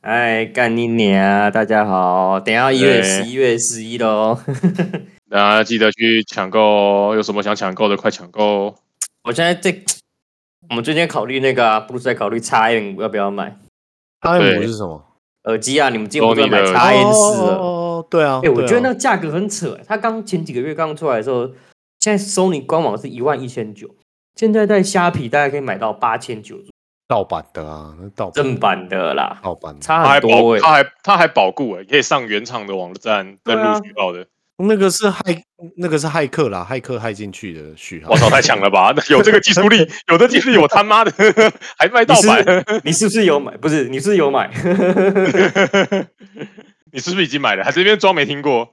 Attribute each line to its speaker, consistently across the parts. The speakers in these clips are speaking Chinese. Speaker 1: 哎，干你娘！大家好，等一下一月十一月十一喽。
Speaker 2: 大家记得去抢购，有什么想抢购的快抢购。
Speaker 1: 我现在在，我们最近在考虑那个、啊，不是在考虑 XN 要不要买
Speaker 3: 阿姆
Speaker 2: 对
Speaker 3: 是什么？
Speaker 1: 耳机啊？你们今天不是
Speaker 2: Sony
Speaker 1: 买
Speaker 2: 的
Speaker 3: 啊
Speaker 1: XN 四了？
Speaker 3: 哦，对啊。
Speaker 1: 哎、我
Speaker 3: 对啊
Speaker 1: 觉得那个价格很扯、它刚前几个月刚出来的时候，现在 Sony 官网是一万一千九，现在在虾皮大概可以买到八千九，
Speaker 3: 盗版的啊，那盗版
Speaker 1: 正版的啦，
Speaker 3: 盗版的，
Speaker 2: 他
Speaker 1: 差
Speaker 2: 还
Speaker 1: 很多
Speaker 2: 保，
Speaker 1: 哎、
Speaker 2: 他还他还保固哎、可以上原厂的网站登
Speaker 3: 对啊
Speaker 2: 录序号的。
Speaker 3: 那个是骇，那个是骇客啦，骇客骇进去的序号。
Speaker 2: 我操，太强了 吧！那有这个技术力，有这技术力，我他妈的 还卖盗版。
Speaker 1: 你是不是有买？不是，你是不是有买？
Speaker 2: 你是不是已经买了？还这边装没听过？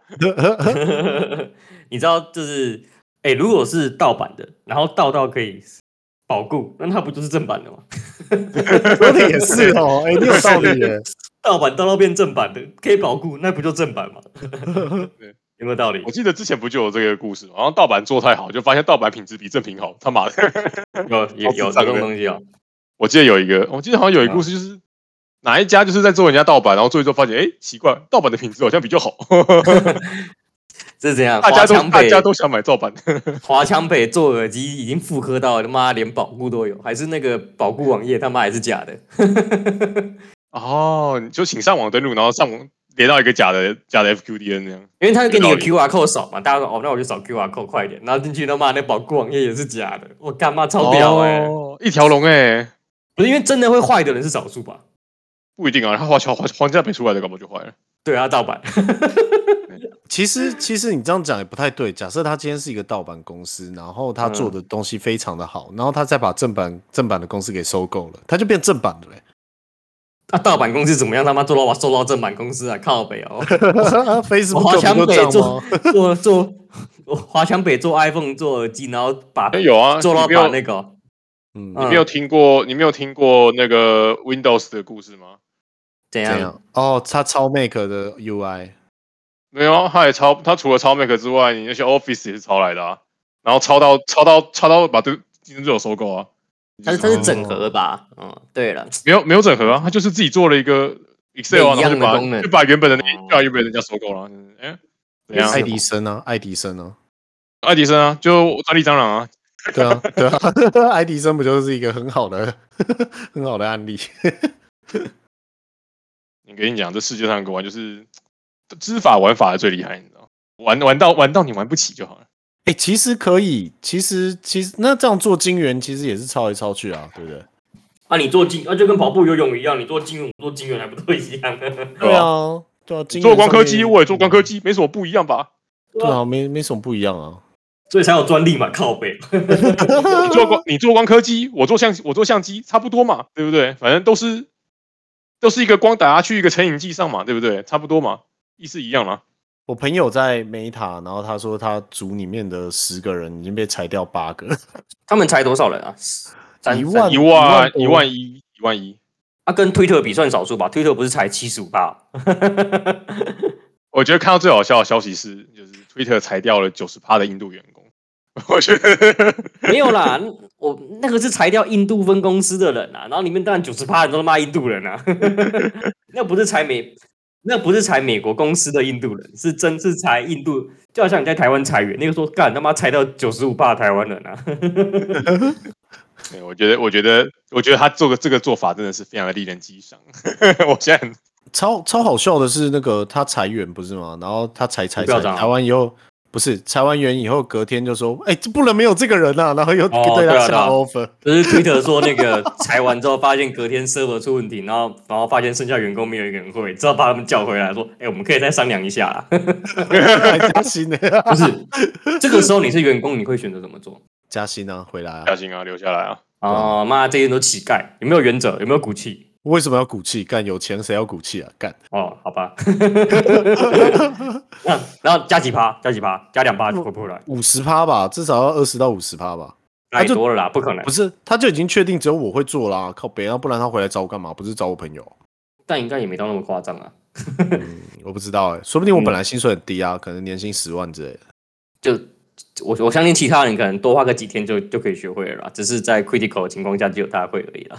Speaker 1: 你知道，就是哎、如果是盗版的，然后盗到可以保固，那它不就是正版的吗？
Speaker 3: 说的也是哦，哎，你有道理耶。
Speaker 1: 盗版盗到变正版的，可以保固，那不就正版吗？ 有没有道理
Speaker 2: 我？记得之前不就有这个故事吗？好像盗版做太好，就发现盗版品质比正品好。他妈的！
Speaker 1: 有有有这种东西哦。
Speaker 2: 我记得有一个，我记得好像有一个故事，就是、哪一家就是在做人家盗版，然后做一做发现，哎，奇怪，盗版的品质好像比较好，
Speaker 1: 是怎样？
Speaker 2: 大家
Speaker 1: 华
Speaker 2: 都
Speaker 1: 强
Speaker 2: 大
Speaker 1: 北，
Speaker 2: 家都想买盗版。
Speaker 1: 华强北做耳机已经复刻到他妈连保固都有，还是那个保固网页他妈还是假的。
Speaker 2: 哦，你就请上网登录，然后上网连到一个假的假的 FQDN 那样。
Speaker 1: 因为他会给你个
Speaker 2: 有道
Speaker 1: QR code 扫嘛，大家说哦，那我就扫 QR code 快一点，然后进去他妈那保固网页也是假的，我干妈超屌哎、
Speaker 2: 哦一条龙哎、
Speaker 1: 不是因为真的会坏的人是少数吧？
Speaker 2: 不一定啊，他华侨华黄家北出来的，搞不好就坏了。
Speaker 1: 对啊，盗版
Speaker 3: 其实，其实你这样讲也不太对。假设他今天是一个盗版公司，然后他做
Speaker 1: 嗯
Speaker 3: 的东西非常的好，然后他再把正版正版的公司给收购了，他就变正版的嘞。
Speaker 1: 那、盗版公司怎么样？他妈做到我收到正版公司啊，靠北 哦！我
Speaker 3: Facebook
Speaker 1: 华强
Speaker 3: 不就
Speaker 1: 北
Speaker 3: 这样
Speaker 1: 做
Speaker 3: 吗？
Speaker 1: 做做，我华强北做 iPhone 做耳机，然后把
Speaker 2: 哎有 啊，
Speaker 1: 做到
Speaker 2: 你没
Speaker 1: 把
Speaker 2: 有
Speaker 1: 那个哦
Speaker 3: 嗯，
Speaker 1: 嗯
Speaker 2: 你没有听过你没有听过那个 Windows 的故事吗？
Speaker 1: 怎
Speaker 3: 这
Speaker 1: 样？
Speaker 3: 样哦，他抄 Make 的 UI，
Speaker 2: 没有啊，他也抄，他除了抄 Mac 之外，你那些 Office 也是抄来的啊。然后抄到抄到抄到把对竞争对手收购啊。
Speaker 1: 它是它是整合吧？嗯，对了，
Speaker 2: 没有没有整合啊，他就是自己做了一个 Excel，啊
Speaker 1: 一样的
Speaker 2: 然后就把
Speaker 1: 功能
Speaker 2: 就把原本的那
Speaker 1: 哦
Speaker 2: 就把原本的人家收购了啊。嗯哎，怎样
Speaker 1: 是？
Speaker 3: 爱迪生啊，爱迪生啊，
Speaker 2: 爱迪生啊，就专利蟑螂啊。
Speaker 3: 对啊，对啊， 爱迪生不就是一个很好的 很好的案例？
Speaker 2: 你跟你讲，这世界上果然就是知法玩法的最厉害，你知道吗？玩玩到玩到你玩不起就好了。
Speaker 3: 哎、其实可以，其实其实那这样做金元其实也是抄来抄去啊，对不对？
Speaker 1: 啊，你做金啊，就跟跑步游泳一样，你做金融做金融还不都一样？
Speaker 3: 对啊，对啊，金
Speaker 2: 做
Speaker 3: 元
Speaker 2: 光
Speaker 3: 上
Speaker 2: 刻
Speaker 3: 面
Speaker 2: 机，我也做光刻机，没什么不一样吧？
Speaker 3: 对啊，没没什么不一样啊。
Speaker 1: 所以才有专利嘛，靠北。
Speaker 2: 你做光你做光刻机，我做相我做相机，差不多嘛，对不对？反正都是都是一个光打下去一个成影剂上嘛，对不对？差不多嘛，意思一样嘛。
Speaker 3: 我朋友在 Meta，然后他说他组里面的十个人已经被裁掉八个，
Speaker 1: 他们才多少人啊？三
Speaker 3: 一万
Speaker 1: 三
Speaker 2: 一
Speaker 3: 万
Speaker 2: 万
Speaker 3: 多
Speaker 2: 一万一一万一，
Speaker 1: 啊，跟推特比算少数吧？推特不是才七十五吧？
Speaker 2: 我觉得看到最好笑的消息是，就是 Twitter 裁掉了九十趴的印度员工。 我觉得
Speaker 1: 没有啦，我那个是裁掉印度分公司的人啊，然后里面当然九十八人都是骂印度人啊， 那不是裁美，那不是裁美国公司的印度人，是真是裁印度，就好像你在台湾裁员，那个说干他妈裁掉九十五的台湾人啊，
Speaker 2: 对，我觉得，我觉得，我觉得他做个这个做法真的是非常的令人激赏。 我现在很
Speaker 3: 超超好笑的是那个他裁员不是吗？然后他裁裁
Speaker 1: 股票
Speaker 3: 裁
Speaker 1: 涨啊
Speaker 3: 裁完以后，不是裁完员以后隔天就说，哎、这不能没有这个人啊，然后又
Speaker 1: 哦对
Speaker 3: 他
Speaker 1: 啊对
Speaker 3: 下
Speaker 1: 啊
Speaker 3: offer，、
Speaker 1: 就是推特说那个裁完之后发现隔天 server 出问题，然后然后发现剩下员工没有一个人会，只好把他们叫回来说，哎、我们可以再商量一下啊。
Speaker 3: 还哎加薪呢、
Speaker 1: 不是，这个时候你是员工，你会选择怎么做？
Speaker 3: 加薪啊，回来啊
Speaker 2: 小，心啊，留下来啊。
Speaker 1: 哦，妈，这些人都乞丐，有没有原则？有没有骨 气？
Speaker 3: 为什么要骨气？干有钱谁要骨气啊？干，
Speaker 1: 哦，好吧。 那然后加几趴？加几趴？加两趴就回不回来？
Speaker 3: 五十趴吧，至少要二十到五十趴吧。
Speaker 1: 太
Speaker 3: 就
Speaker 1: 多了啦，啊不可能
Speaker 3: 不。是，他就已经确定只有我会做啦，靠北，要啊不然他回来找我干嘛？不是找我朋友？
Speaker 1: 但应该也没到那么夸张啊，
Speaker 3: 嗯我不知道哎、说不定我本
Speaker 1: 嗯
Speaker 3: 来薪水很低啊，可能年薪十万之类的。
Speaker 1: 就我我相信其他人可能多花个几天就就可以学会了啦，只是在 critical 的情况下只有他会而已 啦。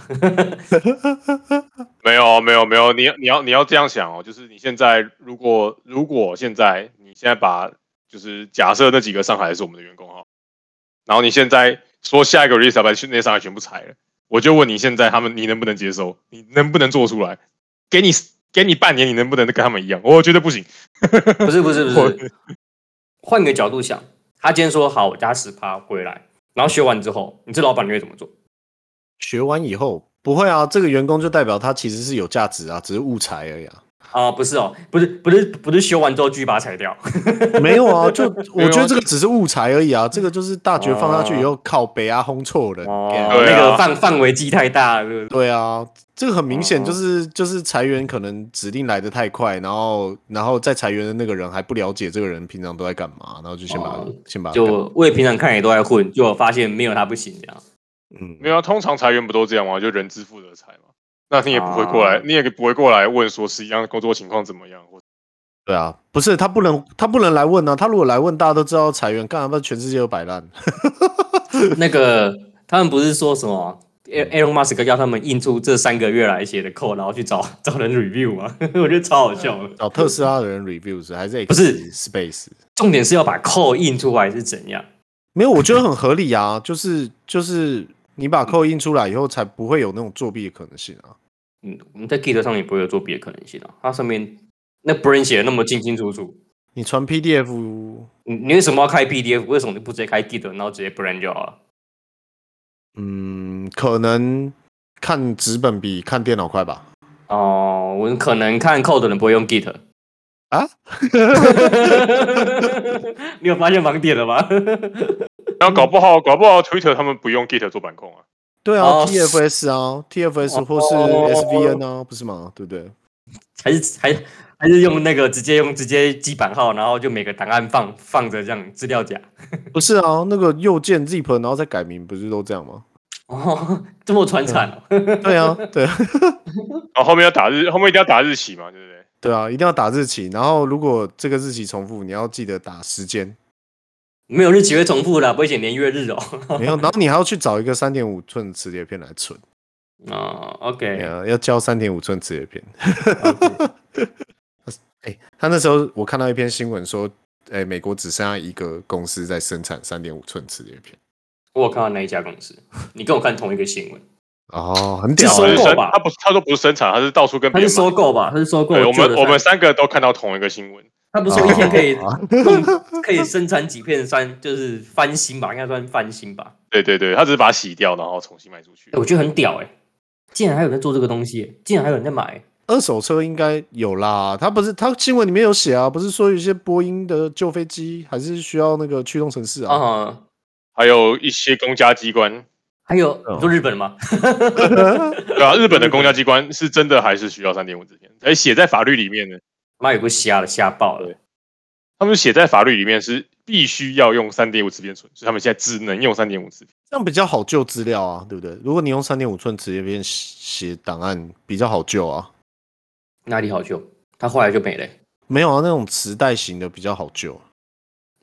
Speaker 2: 没有哦没有没有，你要你要你要这样想哦，就是你现在如果如果现在你现在把就是假设那几个上海是我们的员工哈，然后你现在说下一个 release 要把那上海全部裁了，我就问你现在他们你能不能接受，你能不能做出来？给你给你半年，你能不能跟他们一样？我觉得不行。
Speaker 1: 不是不是不
Speaker 2: 我
Speaker 1: 是，换个角度想，他今天说好，我加十趴回来，然后学完之后，你这老板你会怎么做？
Speaker 3: 学完以后不会啊，这个员工就代表他其实是有价值啊，只是误裁而已 啊。
Speaker 1: 啊、不是哦，不是不是不是修完之后继续把它裁掉，
Speaker 3: 没有啊， 就
Speaker 2: 没
Speaker 3: 我
Speaker 2: 有
Speaker 3: 觉
Speaker 2: 啊
Speaker 3: 得这个只是误裁而已啊，这个就是大绝放下去以后靠北啊轰错人。
Speaker 1: 哦，
Speaker 3: 干
Speaker 2: 对
Speaker 1: 那
Speaker 2: 啊
Speaker 1: 个范范围积太大了，对不对？
Speaker 3: 对啊，这个很明显
Speaker 1: 哦
Speaker 3: 就是就是裁员可能指定来的太快，然后然后在裁员的那个人还不了解这个人平常都在干嘛，然后就先把他、
Speaker 1: 哦
Speaker 3: 先把他干
Speaker 1: 就我也平常看也都在混，就我发现没有他不行这样。
Speaker 3: 嗯
Speaker 2: 没有、啊，通常裁员不都这样吗？就人之负责裁嘛。那你也不会过来，
Speaker 1: 啊
Speaker 2: 你也不会过来问说实际上工作情况怎么样，或
Speaker 3: 对啊，不是他不能他不能来问啊，他如果来问大家都知道裁员，干嘛不然全世界都摆烂？
Speaker 1: 那个他们不是说什么 A- Elon Musk 要他们印出这三个月来写的 code，然后去找找人 review 吗？ 我觉得超好笑的。
Speaker 3: 找哦特斯拉的人 review 是还是
Speaker 1: 不是
Speaker 3: X Space？
Speaker 1: 重点是要把 code 印出来是怎样？
Speaker 3: 没有，我觉得很合理啊，就是就是你把扣印出来以后，才不会有那种作弊的可能性啊。
Speaker 1: 嗯，我们在 Git 上也不会有作弊的可能性啊。它上面那 Brain 写的那么清清楚楚，
Speaker 3: 你传 PDF，
Speaker 1: 你你为什么要开 PDF？为什么你不直接开 Git，然后直接 Brain 就好了？
Speaker 3: 嗯，可能看纸本比看电脑快吧？
Speaker 1: 哦，我可能看 code 的人不会用 Git
Speaker 3: 啊。
Speaker 1: 你有发现盲点了吗？
Speaker 2: 然后搞不好搞不好 Twitter 他们不用 Git 做板控啊。
Speaker 3: 对啊、
Speaker 1: 哦
Speaker 3: t f s 啊，TFS 或是
Speaker 1: 哦
Speaker 3: SVN 啊，不是吗？对不对？
Speaker 1: 还是还还是用那个直接用直接基板号，然后就每个档案放放着这样资料夹。
Speaker 3: 不是啊，那个右键 zip，然后再改名，不是都这样吗？
Speaker 1: 哦，这么传产哦、
Speaker 3: 对啊，对 啊，
Speaker 2: 然后后面要打日，后面一定要打日期嘛，对不对？
Speaker 3: 对啊，一定要打日期，然后如果这个日期重复，你要记得打时间。
Speaker 1: 没有日期会重复的，不会写年月日哦。
Speaker 3: 没有，然后你还要去找一个三点五寸磁碟片来存，
Speaker 1: 哦，OK，
Speaker 3: 呃，要交三点五寸磁碟片。
Speaker 1: OK
Speaker 3: 哎、他那时候我看到一篇新闻说，哎、美国只剩下一个公司在生产三点五寸磁碟片，
Speaker 1: 我有看到那一家公司，你跟我看同一个新闻，
Speaker 3: 哦，很
Speaker 1: 是
Speaker 3: 屌、
Speaker 1: 收
Speaker 2: 不
Speaker 3: 欸
Speaker 2: 是
Speaker 1: 购
Speaker 2: 生，
Speaker 1: 吧
Speaker 2: 他不是，他说不是生产，他是到处 跟
Speaker 1: 他
Speaker 2: 别
Speaker 1: 是
Speaker 2: 人买。
Speaker 1: 收购吧？他是收购
Speaker 2: 对，我
Speaker 1: 旧的
Speaker 2: 们我们
Speaker 1: 三
Speaker 2: 三个都看到同一个新闻，
Speaker 1: 他不是说一天可以
Speaker 3: 哦
Speaker 1: 弄 可以生产几片三，就是翻新吧，应该算翻新吧。
Speaker 2: 对对对，他只是把它洗掉，然后重新卖出去
Speaker 1: 哎、。我觉得很屌哎、竟然还有人在做这个东西欸、竟然还有人在买欸、
Speaker 3: 二手车应该有啦，他不是他新闻里面有写啊，不是说有些波音的旧飞机还是需要那个驱动程式啊，
Speaker 1: 啊、
Speaker 2: 还有一些公家机关，
Speaker 1: 还有你说日本吗？
Speaker 2: 对啊，日本的公家机关是真的还是需要三点五之前，哎，写在法律里面的，
Speaker 1: 妈有个瞎了，瞎爆了
Speaker 2: 对。他们写在法律里面是必须要用三点五磁片存，所以他们现在只能用三点五磁片。
Speaker 3: 这样比较好救资料啊，对不对？如果你用三点五寸磁碟片写写档案，比较好救啊。
Speaker 1: 哪里好救？他后来就没了欸、
Speaker 3: 没有啊，那种磁带型的比较好救。啊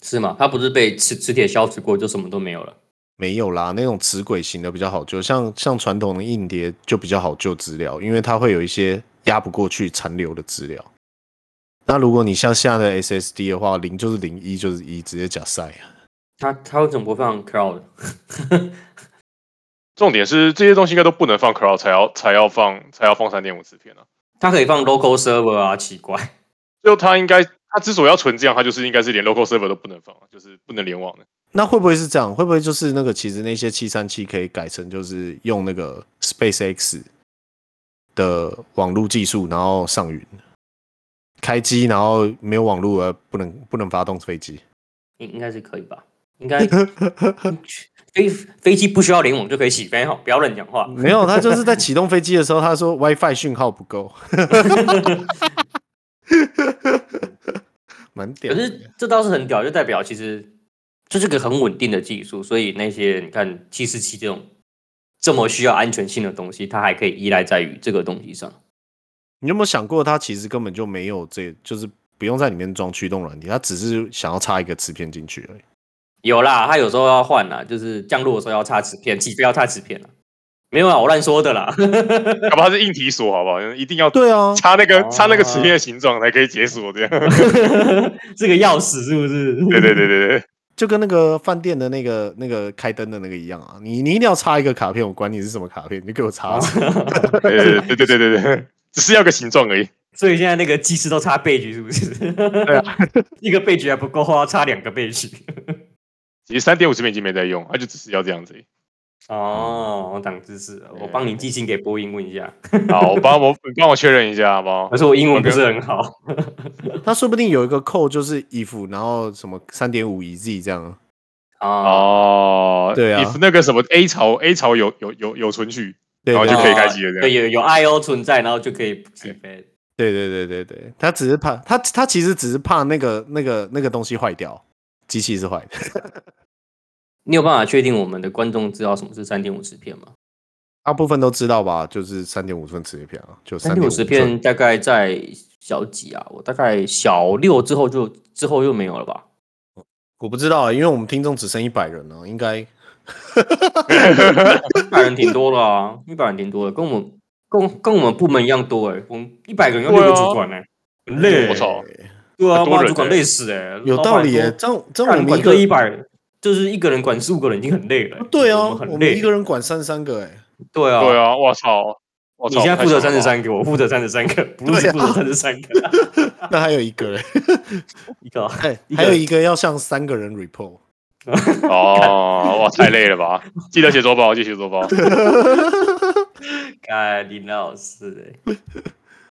Speaker 1: 是吗？他不是被磁磁铁消磁过，就什么都没有了。
Speaker 3: 没有啦，那种磁轨型的比较好救，像像传统的硬碟就比较好救资料，因为它会有一些压不过去残留的资料。那如果你像现在的 SSD 的话，零就是零，一就是一，直接假塞啊。
Speaker 1: 他他为什么不放 cloud？
Speaker 2: 重点是这些东西应该都不能放 cloud 才要才要放才要放三点五磁片啊。
Speaker 1: 他可以放 local server 啊，奇怪。
Speaker 2: 最后他应该他之所以要存这样，他就是应该是连 local server 都不能放，就是不能联网的。
Speaker 3: 那会不会是这样？会不会就是那个其实那些七三七可以改成就是用那个 SpaceX 的网络技术，然后上云，开机然后没有网呃络而不能不能发动飞机？
Speaker 1: 应应该是可以吧？应该去 飞飞机不需要联网就可以起飞哈，不要乱讲话。
Speaker 3: 没有，他就是在启动飞机的时候，他说 WiFi 讯号不够， 蛮屌
Speaker 1: 可
Speaker 3: 的。
Speaker 1: 是这倒是很屌，就代表其实这是个很稳定的技术，所以那些你看七四七这种这么需要安全性的东西，它还可以依赖在于这个东西上。
Speaker 3: 你有没有想过，他其实根本就没有这，就是不用在里面装驱动软体，他只是想要插一个磁片进去而已。
Speaker 1: 有啦，它有时候要换啦，就是降落的时候要插纸片，起飞要插纸片啦。没有啊，我乱说的啦。
Speaker 2: 要不它是硬体锁，好不好？一定要
Speaker 3: 对啊，
Speaker 2: 插那个插那个磁
Speaker 1: 哦
Speaker 2: 片的形状才可以解锁，这样。
Speaker 1: 这个钥匙是不是？
Speaker 2: 对对对对对，
Speaker 3: 就跟那个饭店的那个那个开灯的那个一样啊，你你一定要插一个卡片，我管你是什么卡片，你就给我插。
Speaker 2: 对对对对对对，只是要个形状而已。
Speaker 1: 所以现在那个技师都插背局是不是？对
Speaker 3: 啊，
Speaker 1: 一个背局还不够，要插两个背局。
Speaker 2: 其实三点五十面已经没在用，它就只是要这样子而已。
Speaker 1: 哦，我长知识了，我帮你寄信给波音问一下。
Speaker 2: 好，我帮我你帮我确认一下，好不好
Speaker 1: 可？是我英文不是很好，
Speaker 3: 他说不定有一个扣就是 if，然后什么三点五 ez 这样。
Speaker 1: 哦，
Speaker 2: 哦，
Speaker 3: 对啊
Speaker 2: if 那个什么 A 槽 A 槽有有有有存取，
Speaker 3: 对
Speaker 2: 然后
Speaker 3: 对啊
Speaker 2: 就可以开机了这样
Speaker 1: 对，有有 IO 存在，然后就可以起飞。
Speaker 3: 对对对对对，他只是怕他他其实只是怕那个那个那个东西坏掉，机器是坏的。
Speaker 1: 你有办法确定我们的观众知道什么是三点五十片吗？
Speaker 3: 大部分都知道吧，就是三点五寸磁碟片啊，就
Speaker 1: 三
Speaker 3: 点
Speaker 1: 点五十片大概在小几啊？我大概小六之后就之后就没有了吧？
Speaker 3: 我不知道、啊因为我们听众只剩一百人啊了、应该
Speaker 1: 一百人挺多的啊， 一百人挺多的，跟我们跟跟我们部门一样多哎、我们一百个人要
Speaker 2: 对啊
Speaker 1: 六个主管呢、很累、
Speaker 2: 我操，
Speaker 1: 对啊，
Speaker 2: 很多
Speaker 1: 把
Speaker 2: 人
Speaker 1: 主管
Speaker 2: 欸
Speaker 1: 累死哎、
Speaker 3: 欸有
Speaker 1: 老
Speaker 3: 道
Speaker 1: 板
Speaker 3: 理耶、
Speaker 1: 说
Speaker 3: 这样这样
Speaker 1: 干
Speaker 3: 我们
Speaker 1: 管
Speaker 3: 一
Speaker 1: 个
Speaker 3: 个
Speaker 1: 一百人，就是一个人管四五个人已经很累了欸、
Speaker 3: 对啊，
Speaker 1: 很
Speaker 3: 我们
Speaker 1: 累
Speaker 3: 一。个人管三三个哎、
Speaker 1: 对啊，
Speaker 2: 对。啊，我操，我
Speaker 1: 你
Speaker 2: 操，
Speaker 1: 现在负责
Speaker 2: 太
Speaker 1: 三十
Speaker 2: 爽了吧，
Speaker 1: 三个，我负责三十三 个，不
Speaker 3: 对
Speaker 1: 是
Speaker 3: 啊
Speaker 1: 负责三十三 个，
Speaker 3: 那还有一个人，
Speaker 1: 一个啊
Speaker 3: 哎
Speaker 1: 一，个
Speaker 3: 还有一个要向三个人 report。
Speaker 2: 哦，哇，太累了吧？记得写周报，记 得写周报。
Speaker 1: 哎，林老师哎，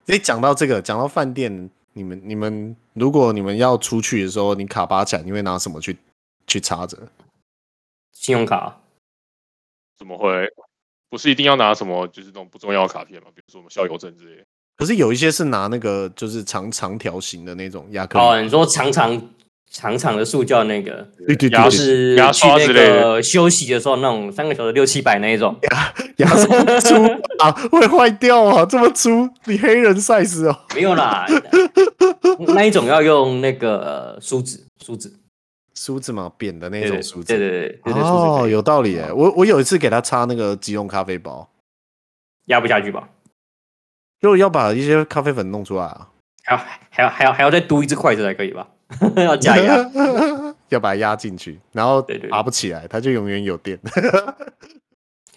Speaker 3: 哎，讲到这个，讲到饭店，你们你们如果你们要出去的时候，你卡巴卡你会拿什么去去插着？
Speaker 1: 信用卡
Speaker 2: 怎么会？不是一定要拿什么，就是那种不重要的卡片嘛，比如说我们校友证之类的。
Speaker 3: 可是有一些是拿那个就是长长条形的那种亚克力，
Speaker 1: 哦，你说长长长长的塑胶那个，
Speaker 3: 对对对
Speaker 2: 牙
Speaker 3: 对
Speaker 1: 就
Speaker 2: 齿
Speaker 3: 对，
Speaker 1: 是
Speaker 2: 牙
Speaker 1: 去
Speaker 2: 刷
Speaker 1: 那
Speaker 2: 之类的
Speaker 1: 个休息的时候那种三个小时六七百那一种，
Speaker 3: 牙齿粗啊，会坏掉啊，这么粗，你黑人 size 哦。
Speaker 1: 没有 啦，那一种要用那个呃梳子，梳子，
Speaker 3: 梳子嘛，扁的那
Speaker 1: 对
Speaker 3: 种
Speaker 1: 对
Speaker 3: 梳子。
Speaker 1: 对对对对对，梳子
Speaker 3: 哦，
Speaker 1: 可以
Speaker 3: 有道理诶。我我有一次给他插那个即溶咖啡包，
Speaker 1: 压不下去吧？
Speaker 3: 就是要把一些咖啡粉弄出来啊，
Speaker 1: 还要还要还要还要再嘟一只筷子才可以吧？ 要加 压，
Speaker 3: 要把它压进去，然后
Speaker 1: 对对对
Speaker 3: 拔不起来，它就永远有电。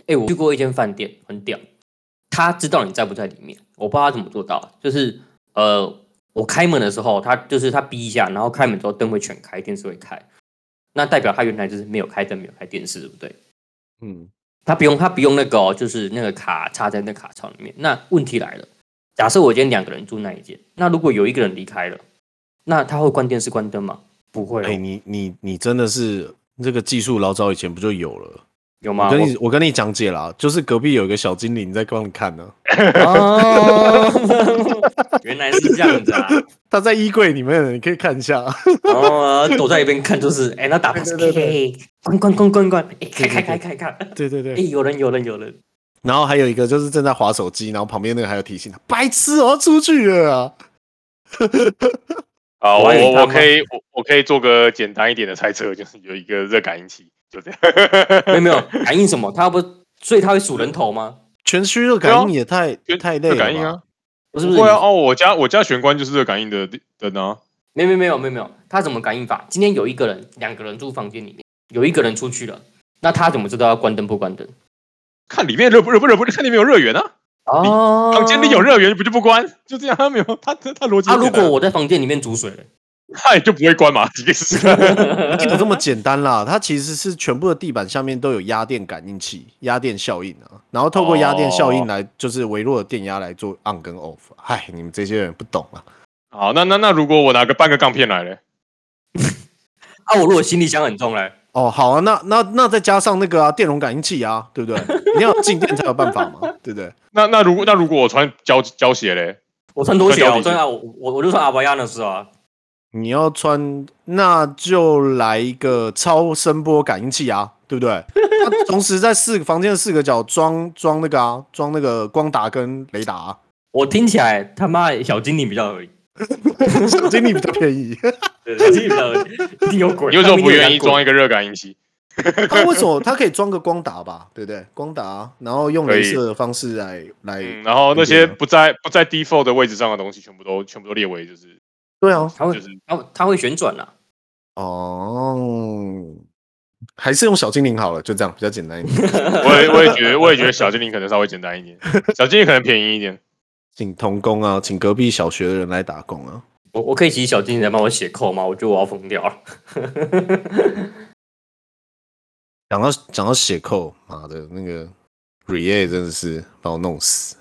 Speaker 1: 哎、我去过一间饭店，很屌，他知道你在不在里面，我不知道他怎么做到，就是呃，我开门的时候，他就是他逼一下，然后开门之后灯会全开，电视会开，那代表他原来就是没有开灯，没有开电视，对不对？
Speaker 3: 嗯，
Speaker 1: 他不用他不用那个、哦，就是那个卡插在那卡槽里面。那问题来了，假设我今天两个人住那一间，那如果有一个人离开了，那他会关电视关灯吗？不会哦、
Speaker 3: 哎，你你你真的是这个技术老早以前不就有了？
Speaker 1: 有
Speaker 3: 我
Speaker 1: 吗？我
Speaker 3: 跟你我跟你讲解啦，就是隔壁有一个小精灵在帮你看呢，
Speaker 1: 哦，原来是这样子啊！
Speaker 3: 他在衣柜里面，你可以看一 下。
Speaker 1: 然后啊躲在一边 看，就是哎，那打 pass，
Speaker 3: 对对
Speaker 1: 哎，关关关关关，哎，开开开开开，哎，
Speaker 3: 对对对，
Speaker 1: 有人有人有人，
Speaker 3: 然后还有一个就是正在划手机，然后旁边那个还有提醒他：“白痴，我要出去了啊！”
Speaker 2: 啊，
Speaker 1: 我
Speaker 2: 我
Speaker 1: 还以为
Speaker 2: 我
Speaker 1: 他
Speaker 2: 我
Speaker 1: 们
Speaker 2: 可以我我可以做个简单一点的猜测，就是有一个热感应器，就 这样。
Speaker 1: 没有 没有感应什么？他不，所以他会数人头吗？
Speaker 3: 全虚热感应也太、
Speaker 2: 对啊
Speaker 3: 太累了
Speaker 2: 热
Speaker 3: 吧
Speaker 2: 感应啊，
Speaker 1: 不是不是，
Speaker 2: 会啊，哦，我家我家玄关就是热感应的灯啊。
Speaker 1: 没有没有没有没有没有，他怎么感应法？今天有一个人、两个人住房间里面，有一个人出去了，那他怎么知道要关灯不关灯？
Speaker 2: 看里面热不热不热不热，看里面有热源啊，
Speaker 1: 哦
Speaker 2: 房间里有。热源不就不关，就这样，他没有他他他逻辑
Speaker 1: 啊，
Speaker 2: 很
Speaker 1: 如
Speaker 2: 简单啊。
Speaker 1: 果我在房间里面煮水了，
Speaker 2: 他也就不会关嘛，你可以 试试看。
Speaker 3: 有这么简单啦？它其实是全部的地板下面都有压电感应器、压电效应啊，然后透过压电
Speaker 2: 哦
Speaker 3: 效应来，就是微弱的电压来做 on 跟 off。唉，你们这些人不懂啊！
Speaker 2: 好，那那那如果我拿个半个杠片来嘞，
Speaker 1: 啊，我如果行李箱很重嘞，
Speaker 3: 哦，好啊，那那那再加上那个啊，电容感应器啊，对不对？你要有静电才有办法嘛，对不对？
Speaker 2: 那那如果那如果我穿胶胶鞋嘞，
Speaker 1: 我穿拖鞋啊，
Speaker 2: 穿
Speaker 1: 我
Speaker 2: 胶
Speaker 1: 穿
Speaker 2: 底
Speaker 1: 啊，我我我就穿阿巴亚那是啊，
Speaker 3: 你要穿，那就来一个超声波感应器啊，对不对？它同时在四个房间的四个角装装那个啊，装那个光达跟雷达、啊，
Speaker 1: 我听起来他妈小精灵比较合理，
Speaker 3: 小精灵比较便宜。
Speaker 1: 对 小精灵比较合理，一定有鬼。
Speaker 2: 你为什么
Speaker 1: 他们
Speaker 2: 不
Speaker 1: 一定有
Speaker 2: 愿意
Speaker 1: 养鬼
Speaker 2: 装一个热感应器？
Speaker 3: 它为什么它可以装个光达吧？对不对？光达，啊然后用
Speaker 2: 可以
Speaker 3: 镭射的方式来来，
Speaker 2: 嗯，然后那些
Speaker 3: 对啊
Speaker 2: 不在不在 default 的位置上的东西，全部都全部都列为就是
Speaker 3: 对啊，
Speaker 1: 它会
Speaker 2: 就是
Speaker 1: 它会它会旋转啊，
Speaker 3: 哦，还是用小精灵好了，就这样比较简单一点。
Speaker 2: 我也我也觉得，我也觉得小精灵可能稍微简 单一点，小精灵可能便宜一点。
Speaker 3: 请童工啊，请隔壁小学的人来打工啊。
Speaker 1: 我我可以请小精灵来帮我写扣吗？我觉得我要疯掉了。
Speaker 3: 讲到讲到血扣，妈的那个 Rea 真的是把我弄死。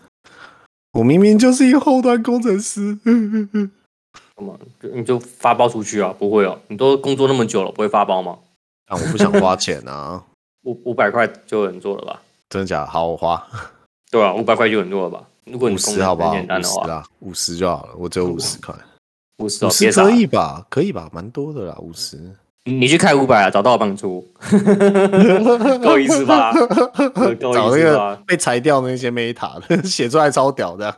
Speaker 3: 我明明就是一个后端工程师，
Speaker 1: 那么就你就发包出去啊？不会哦，你都工作那么久了，不会发包吗？
Speaker 3: 但我不想花钱啊，
Speaker 1: 五五百块就有人做了吧？
Speaker 3: 真的假的？好，我花
Speaker 1: 对啊，五百块就有人做了吧？如果你
Speaker 3: 五
Speaker 1: 工
Speaker 3: 十
Speaker 1: 作
Speaker 3: 好不好？
Speaker 1: 很简单
Speaker 3: 五
Speaker 1: 的
Speaker 3: 十
Speaker 1: 话，
Speaker 3: 啊，五十就好了，我只有五十块，
Speaker 1: 五十
Speaker 3: 五
Speaker 1: 哦，
Speaker 3: 十
Speaker 1: 别傻
Speaker 3: 可
Speaker 1: 了，
Speaker 3: 以吧？可以吧？蛮多的啦，五十。
Speaker 1: 你你去开五百啊，找到我帮你出， 够意思 吧？够
Speaker 3: 找
Speaker 1: 够
Speaker 3: 那
Speaker 1: 意思
Speaker 3: 个
Speaker 1: 吧？
Speaker 3: 被裁掉的那些 Meta 的 写出来超屌的，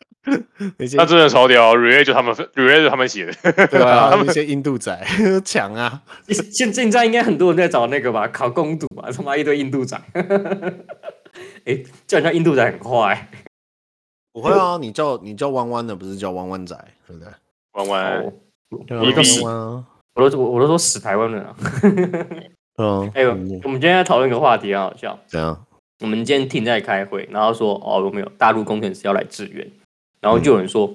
Speaker 3: 那些
Speaker 1: 啊
Speaker 2: 那真的超屌，Relay 就他们 Relay 就他们写的，
Speaker 3: 对啊，那些印度仔 强啊，
Speaker 1: 现现在应该很多人在找那个吧，考公主吧，他妈一堆印度仔。 哎、叫人家印度仔很快、
Speaker 3: 不会啊，你叫你叫弯弯的，不是叫弯弯仔，对不对？
Speaker 2: 弯弯
Speaker 1: 哦，
Speaker 3: 对
Speaker 2: 哎你
Speaker 3: 啊
Speaker 2: 比
Speaker 3: 弯弯啊，
Speaker 1: 我都我我都说死台湾人啊！
Speaker 3: 嗯，
Speaker 1: 哎呦，
Speaker 3: 嗯
Speaker 1: 我们今天在讨论一个话题，很啊好笑。
Speaker 3: 怎样？
Speaker 1: 我们今天 team 在开会，然后说哦，有没有大陆工程师要来支援？然后就有人说，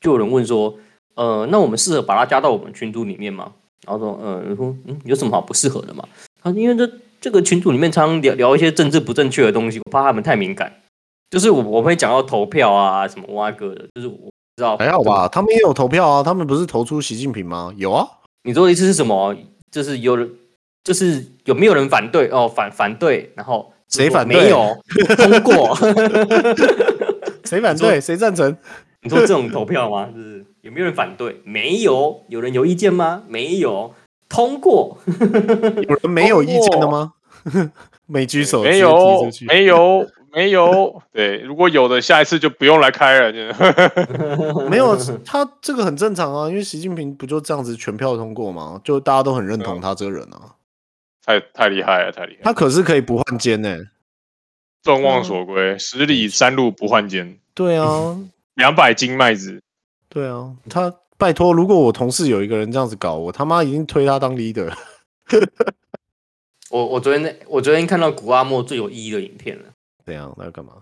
Speaker 1: 就有人问说，呃，那我们适合把他加到我们群组里面吗？然后说，呃，我说嗯，有什么好不适合的嘛？他说因为这这个群组里面常常聊聊一些政治不正确的东西，我怕他们太敏感。就是我我会讲到投票啊，什么挖哥的，就是我不知道
Speaker 3: 还好？吧？他们也有投票啊，他们不是投出习近平吗？有啊，
Speaker 1: 你说的意思是什么？就是有人，就是有没有人反对？哦，反反对，然后
Speaker 3: 谁反对
Speaker 1: 没有通过。
Speaker 3: 谁反对？谁赞成？
Speaker 1: 你说这种投票吗？就是有没有人反对？没有，有人有意见吗？没有，通过。
Speaker 3: 有人没有意见的吗？ 没举手，
Speaker 2: 没
Speaker 3: 直
Speaker 2: 有
Speaker 3: 接踢出去
Speaker 2: 没有没有，对，如果有的，下一次就不用来开了。真的
Speaker 3: 没有，他这个很正常啊，因为习近平不就这样子全票通过吗？就大家都很认同他这个人啊，
Speaker 2: 太太厉害了，太厉害了，
Speaker 3: 他可是可以不换肩呢、
Speaker 2: 众望
Speaker 1: 嗯
Speaker 2: 所归，十里山路不换肩，
Speaker 3: 对 啊，
Speaker 2: 两百斤麦子，
Speaker 3: 对啊，他拜托，如果我同事有一个人这样子搞，我他妈一定推他当 leader。
Speaker 1: 我我昨天在我昨天看到古阿莫最有意义的影片了。
Speaker 3: 怎样？他要干嘛？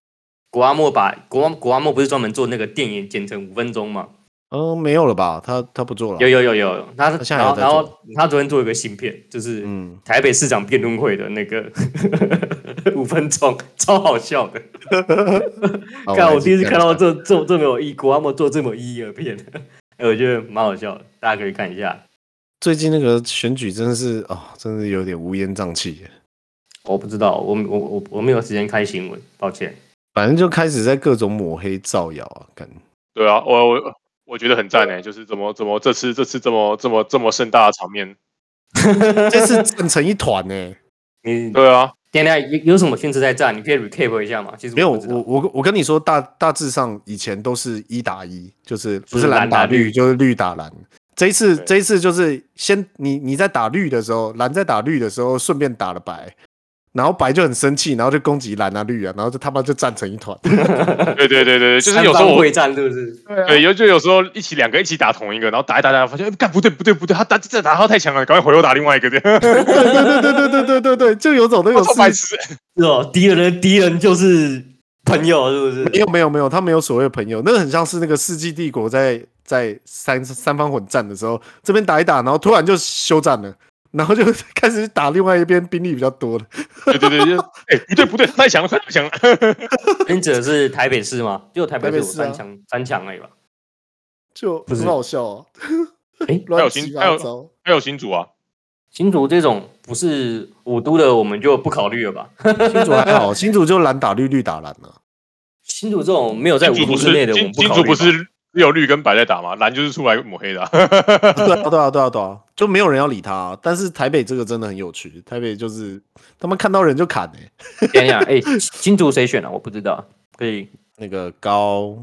Speaker 1: 古阿莫把古阿古阿莫不是专门做那个电影剪成五分钟吗？
Speaker 3: 嗯，没有了吧？他他不做了。
Speaker 1: 有有有有，有他
Speaker 3: 他现在
Speaker 1: 然后
Speaker 3: 还有在
Speaker 1: 然
Speaker 3: 做
Speaker 1: 后他昨天做一个新片，就是
Speaker 3: 嗯，
Speaker 1: 台北市长辩论会的那个 五分钟，超好笑的。
Speaker 3: 好
Speaker 1: 看，
Speaker 3: 来
Speaker 1: 哦我第一次
Speaker 3: 看
Speaker 1: 看到
Speaker 3: 下
Speaker 1: 这这这么有意，国阿莫做这么有意义的片， 哎，我觉得蛮好笑的，大家可以看一下。
Speaker 3: 最近那个选举真的是哦，真的有点乌烟瘴气耶。
Speaker 1: 我不知道，我我我我没有时间看新闻，抱歉。
Speaker 3: 反正就开始在各种抹黑造谣啊，感
Speaker 2: 对啊，我我我觉得很赞诶，欸就是怎么怎么这次这次这么这么这么盛大的场面，
Speaker 3: 这 是站成一团呢。
Speaker 1: 你
Speaker 2: 对啊，
Speaker 1: 呃等一下有有什么宣誓在站？你可以 recap 一下吗？其实
Speaker 3: 没有，
Speaker 1: 不知道
Speaker 3: 我我我跟你说，大大致上以前都是一打一，就是不
Speaker 1: 就是
Speaker 3: 是蓝
Speaker 1: 蓝打
Speaker 3: 打绿
Speaker 1: 绿
Speaker 3: 就是绿打蓝。这一次
Speaker 2: 对
Speaker 3: 这一次就是先你你在打绿的时候，蓝在打绿的时候顺便打了白，然后白就很生气，然后就攻击蓝啊绿啊，然后就他妈就站成一团。
Speaker 2: 对对对对，对，就是
Speaker 1: 三啊
Speaker 2: 有时
Speaker 1: 方
Speaker 2: 候我
Speaker 1: 会战是不是？
Speaker 2: 对，有就有时候一起两个一起打同一个，然后打一打打，发现哎干不对不对不对，他打这打他太强了，赶快回头打另外一个，这样
Speaker 3: 对对对对对对对对，就有种那种
Speaker 2: 超白痴。
Speaker 1: 是哦，敌人的敌人就是朋友，是不是？
Speaker 3: 没有没有没有，他没有所谓的朋友，那个很像是那个《世纪帝国在》在三三方混战的时候，这边打一打，然后突然就休战了，然后就开始打另外一边兵力比较多的。
Speaker 2: 对对对，就哎不对不对，他太强了，他太强了。
Speaker 1: 你指的是台北市吗？就台北
Speaker 3: 台
Speaker 1: 市
Speaker 3: 北
Speaker 1: 有
Speaker 3: 市啊
Speaker 1: 三强三强而已吧？
Speaker 3: 就
Speaker 1: 不是
Speaker 3: 很好笑哦、
Speaker 1: 诶
Speaker 3: 乱七
Speaker 2: 还
Speaker 3: 八
Speaker 2: 有
Speaker 3: 糟。
Speaker 2: 还有新组啊，
Speaker 1: 新竹这种不是五都的，我们就不考虑了吧。
Speaker 3: 新竹还好，新竹就蓝打绿，绿打蓝了。
Speaker 1: 新竹这种没有在五
Speaker 2: 金主
Speaker 1: 都
Speaker 2: 不
Speaker 1: 之内的，
Speaker 2: 是
Speaker 1: 我们
Speaker 2: 金
Speaker 1: 不考
Speaker 2: 金主
Speaker 1: 虑吧。
Speaker 2: 不是只有绿跟白在打吗？蓝就是出来抹黑的啊、
Speaker 3: 对啊，对啊，对啊，对啊，就没有人要理他、但是台北这个真的很有趣，台北就是他们看到人就砍哎、
Speaker 1: 等一下，哎，新竹谁选了、我不知道。可以，
Speaker 3: 那个高，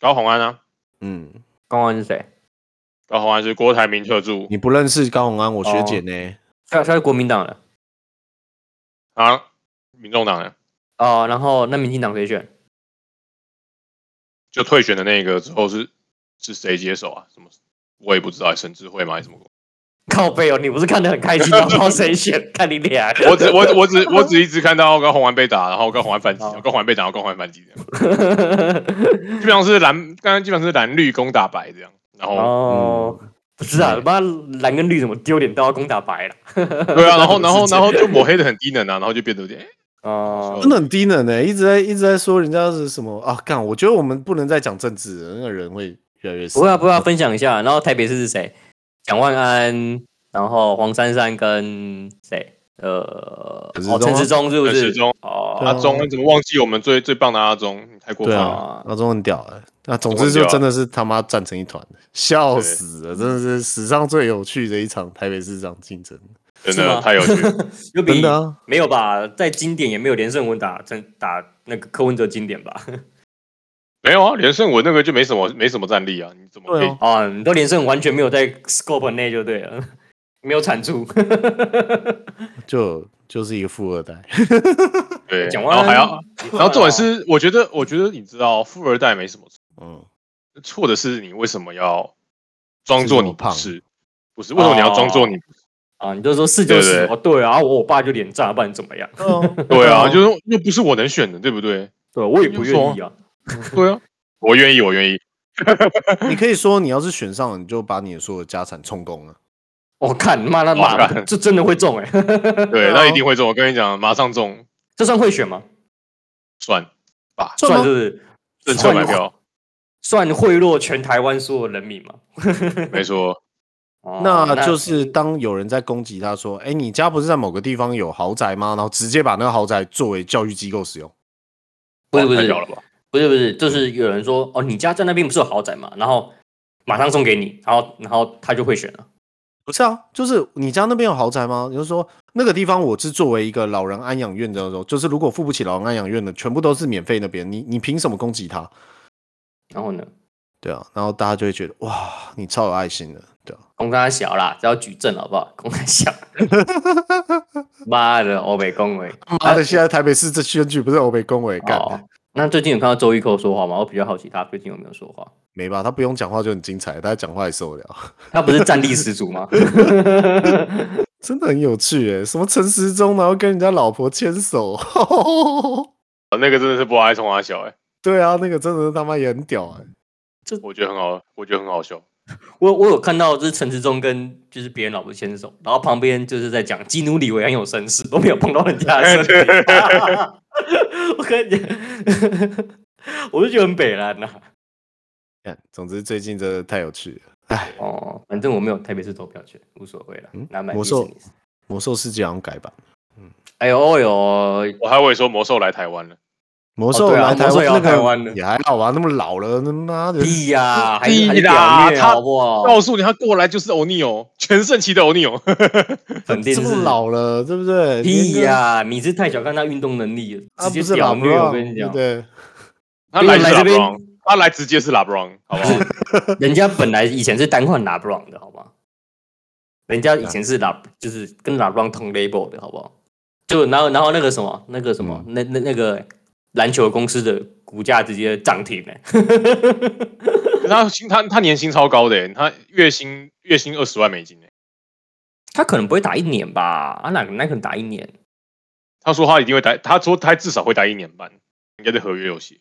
Speaker 2: 高宏安啊，
Speaker 3: 嗯，
Speaker 1: 刚刚是谁？
Speaker 2: 高宏安是郭台铭特助
Speaker 3: 你不认识高宏安，我学姐呢？
Speaker 1: 他他是国民党的
Speaker 2: 啊，民众党的
Speaker 1: 哦。然后那民进党谁选？
Speaker 2: 就退选的那个之后是是谁接手啊？什么我也不知道，沈智慧吗？还是什么？
Speaker 1: 靠背哦，你不是看得很开心吗？不知道谁选，看你俩。
Speaker 2: 我只我我只我只一直看到高宏安被打，然后高宏安反击，
Speaker 1: 哦
Speaker 2: 然后高宏安被打，然后高宏安反击这样。 基本上是蓝，刚刚基本上是蓝绿攻打白这样。然后
Speaker 1: 哦，不是啊，妈蓝跟绿怎么丢脸都要攻打白了？
Speaker 2: 对啊，然后然后然后就抹黑的很低能啊，然后就变得有点。
Speaker 1: 哦
Speaker 3: 真，的很低能呢、欸一直在一直在说人家是什么啊？干，我觉得我们不能再讲政治了，那个人会越来越死
Speaker 1: 不。会啊，不会啊，分享一下。然后台北市是谁？蒋万安，然后黄珊珊跟谁？呃，
Speaker 3: 陈时
Speaker 1: 哦，
Speaker 3: 中啊
Speaker 1: 陈时中是不
Speaker 2: 陈时
Speaker 1: 是？
Speaker 2: 中
Speaker 3: 对
Speaker 1: 哦，
Speaker 2: 哎阿忠，你怎么忘记我们最最棒的阿忠？你太过
Speaker 3: 对
Speaker 2: 分了。
Speaker 3: 啊
Speaker 1: 哇，
Speaker 3: 那种很屌哎、那总之
Speaker 1: 啊
Speaker 3: 就真的是他妈战成一团，笑死了！真的是史上最有趣的一场台北市长竞争，
Speaker 2: 真
Speaker 1: 是
Speaker 2: 的
Speaker 1: 吗
Speaker 2: 太有趣了。
Speaker 1: 有比
Speaker 3: 真的、啊。
Speaker 1: 没有吧？在经典也没有连胜文打陈打那个柯文哲经典吧？
Speaker 2: 没有啊，连胜文那个就没什么没什么战力啊，你怎么可
Speaker 3: 对
Speaker 2: 以
Speaker 3: 啊？
Speaker 1: 啊，你都连胜完全没有在 scope 内就对了， 没有产出。
Speaker 3: 就就是一个富二 代，
Speaker 2: 对，啊
Speaker 1: 讲
Speaker 2: 然
Speaker 1: 完
Speaker 2: 后还要，然
Speaker 1: 啊
Speaker 2: 后重点是，我觉得，我觉得你知道，富二代没什么错
Speaker 3: 嗯，
Speaker 2: 错的是你为什么要装作你不
Speaker 1: 哦
Speaker 2: 是？不是为什么你要装作你？
Speaker 1: 啊，你就说是就是
Speaker 2: 对对
Speaker 1: 哦，对啊，我我爸就脸炸，不然怎么样？
Speaker 2: 对
Speaker 1: 哦
Speaker 2: 啊，就是又不是我能选的，对不对？
Speaker 1: 对我也不愿意啊。
Speaker 2: 对啊，我愿意，我愿意。
Speaker 3: 你可以说你要是选上了，你就把你的所有家产充公
Speaker 1: 哦
Speaker 3: 了。
Speaker 1: 我、看妈那
Speaker 2: 哇
Speaker 1: 妈
Speaker 2: 干
Speaker 1: 这真的会中哎、
Speaker 2: 对，
Speaker 3: 啊
Speaker 2: 那一定会中。我跟你讲，马上中，
Speaker 1: 这算会选吗？
Speaker 2: 算吧，
Speaker 3: 算吗
Speaker 1: 算是不是
Speaker 2: 正车买票，
Speaker 1: 算贿赂全台湾所有人民吗？
Speaker 2: 没错，
Speaker 1: 哦
Speaker 3: 那就是当有人在攻击他说：“哎、你家不是在某个地方有豪宅吗？”然后直接把那个豪宅作为教育机构使用。
Speaker 1: 不是不
Speaker 2: 太
Speaker 1: 是
Speaker 2: 屌了吧？
Speaker 1: 不是不是，就是有人说哦，你家在那边不是有豪宅嘛，然后马上送给你，然后然后他就会选了。
Speaker 3: 不是啊，就是你家那边有豪宅吗？你就说那个地方我是作为一个老人安养院的时候，就是如果付不起老人安养院的，全部都是免费那边，你你凭什么攻击他？
Speaker 1: 然后呢，
Speaker 3: 对啊，然后大家就会觉得哇，你超有爱心的，对啊，
Speaker 1: 公他小啦，只要举证好不好？公他 小，妈的，欧北恭维。
Speaker 3: 妈的，啊现在台北市这选举不是欧北恭维干的
Speaker 1: 嗯哦，那最近有看到周玉蔻说话吗？我比较好奇他最近有没有说话。
Speaker 3: 没吧？他不用讲话就很精彩，他讲话也受得了，
Speaker 1: 他不是战力十足吗？
Speaker 3: 真的很有趣诶。什么陈时中，然后跟人家老婆牵手，
Speaker 2: 那个真的是不爱冲阿小哎，
Speaker 3: 对啊，那个真的是他妈也很屌啊诶。
Speaker 2: 我觉得很好，我觉得很好笑。
Speaker 1: 我我有看到，就是陈志忠跟就是别人老婆牵手，然后旁边就是在讲基努里维很有绅士，都没有碰到人家的身体。 我跟你讲，我就觉得很北蓝啊呐、
Speaker 3: 看，总之最近真的太有趣了，哎，
Speaker 1: 哦，反正我没有台北市投票权，无所谓了
Speaker 3: 嗯。
Speaker 1: 拿买
Speaker 3: 魔
Speaker 1: 迪士
Speaker 3: 兽
Speaker 1: 尼
Speaker 3: 魔兽世界好像改版。
Speaker 1: 哎呦哎呦，
Speaker 2: 我还以为说魔兽来台湾了，
Speaker 3: 魔兽
Speaker 1: 对啊
Speaker 3: 来台
Speaker 1: 魔兽
Speaker 3: 湾、
Speaker 1: 也
Speaker 3: 那
Speaker 1: 要
Speaker 3: 个
Speaker 1: 台湾的
Speaker 3: 也还好吧，那么老了，他妈的，
Speaker 1: 屁 呀、还
Speaker 2: 屁
Speaker 1: 是还是
Speaker 2: 啦
Speaker 1: 表面
Speaker 2: 他
Speaker 1: 好不好？
Speaker 2: 告诉你他过来就是欧尼哦，全盛期的欧尼哦。
Speaker 1: 肯定
Speaker 3: 这么
Speaker 1: 是。
Speaker 3: 老了，对不对？
Speaker 1: 屁
Speaker 3: 连个
Speaker 1: 呀、你是太小看他运动能力了，
Speaker 3: 啊，
Speaker 1: 直
Speaker 3: 不
Speaker 1: 接
Speaker 3: 是
Speaker 1: 屌
Speaker 3: 老
Speaker 1: 虐！我跟你
Speaker 3: 对
Speaker 1: 讲
Speaker 3: 不，对，
Speaker 2: 他来
Speaker 1: 来
Speaker 2: 是
Speaker 1: 这
Speaker 2: 拉布
Speaker 1: 边
Speaker 2: 朗，他来直接是拉布朗，好不好？
Speaker 1: 人家本来以前是单换 LeBron 的，好不好？人家以前是 La，就是跟 LeBron 同 label 的，好不好？就然后然后那个什么那个什么、
Speaker 3: 嗯
Speaker 1: 那那那个篮球公司的股价直接涨停欸了、
Speaker 2: 可是他薪他他年薪超高的耶，欸他月薪月薪二十万美金欸耶
Speaker 1: 他可能不会打一年吧？啊，哪哪可能打一年？
Speaker 2: 他说他一定会待，他说他至少会待一年半，应该在合约有写。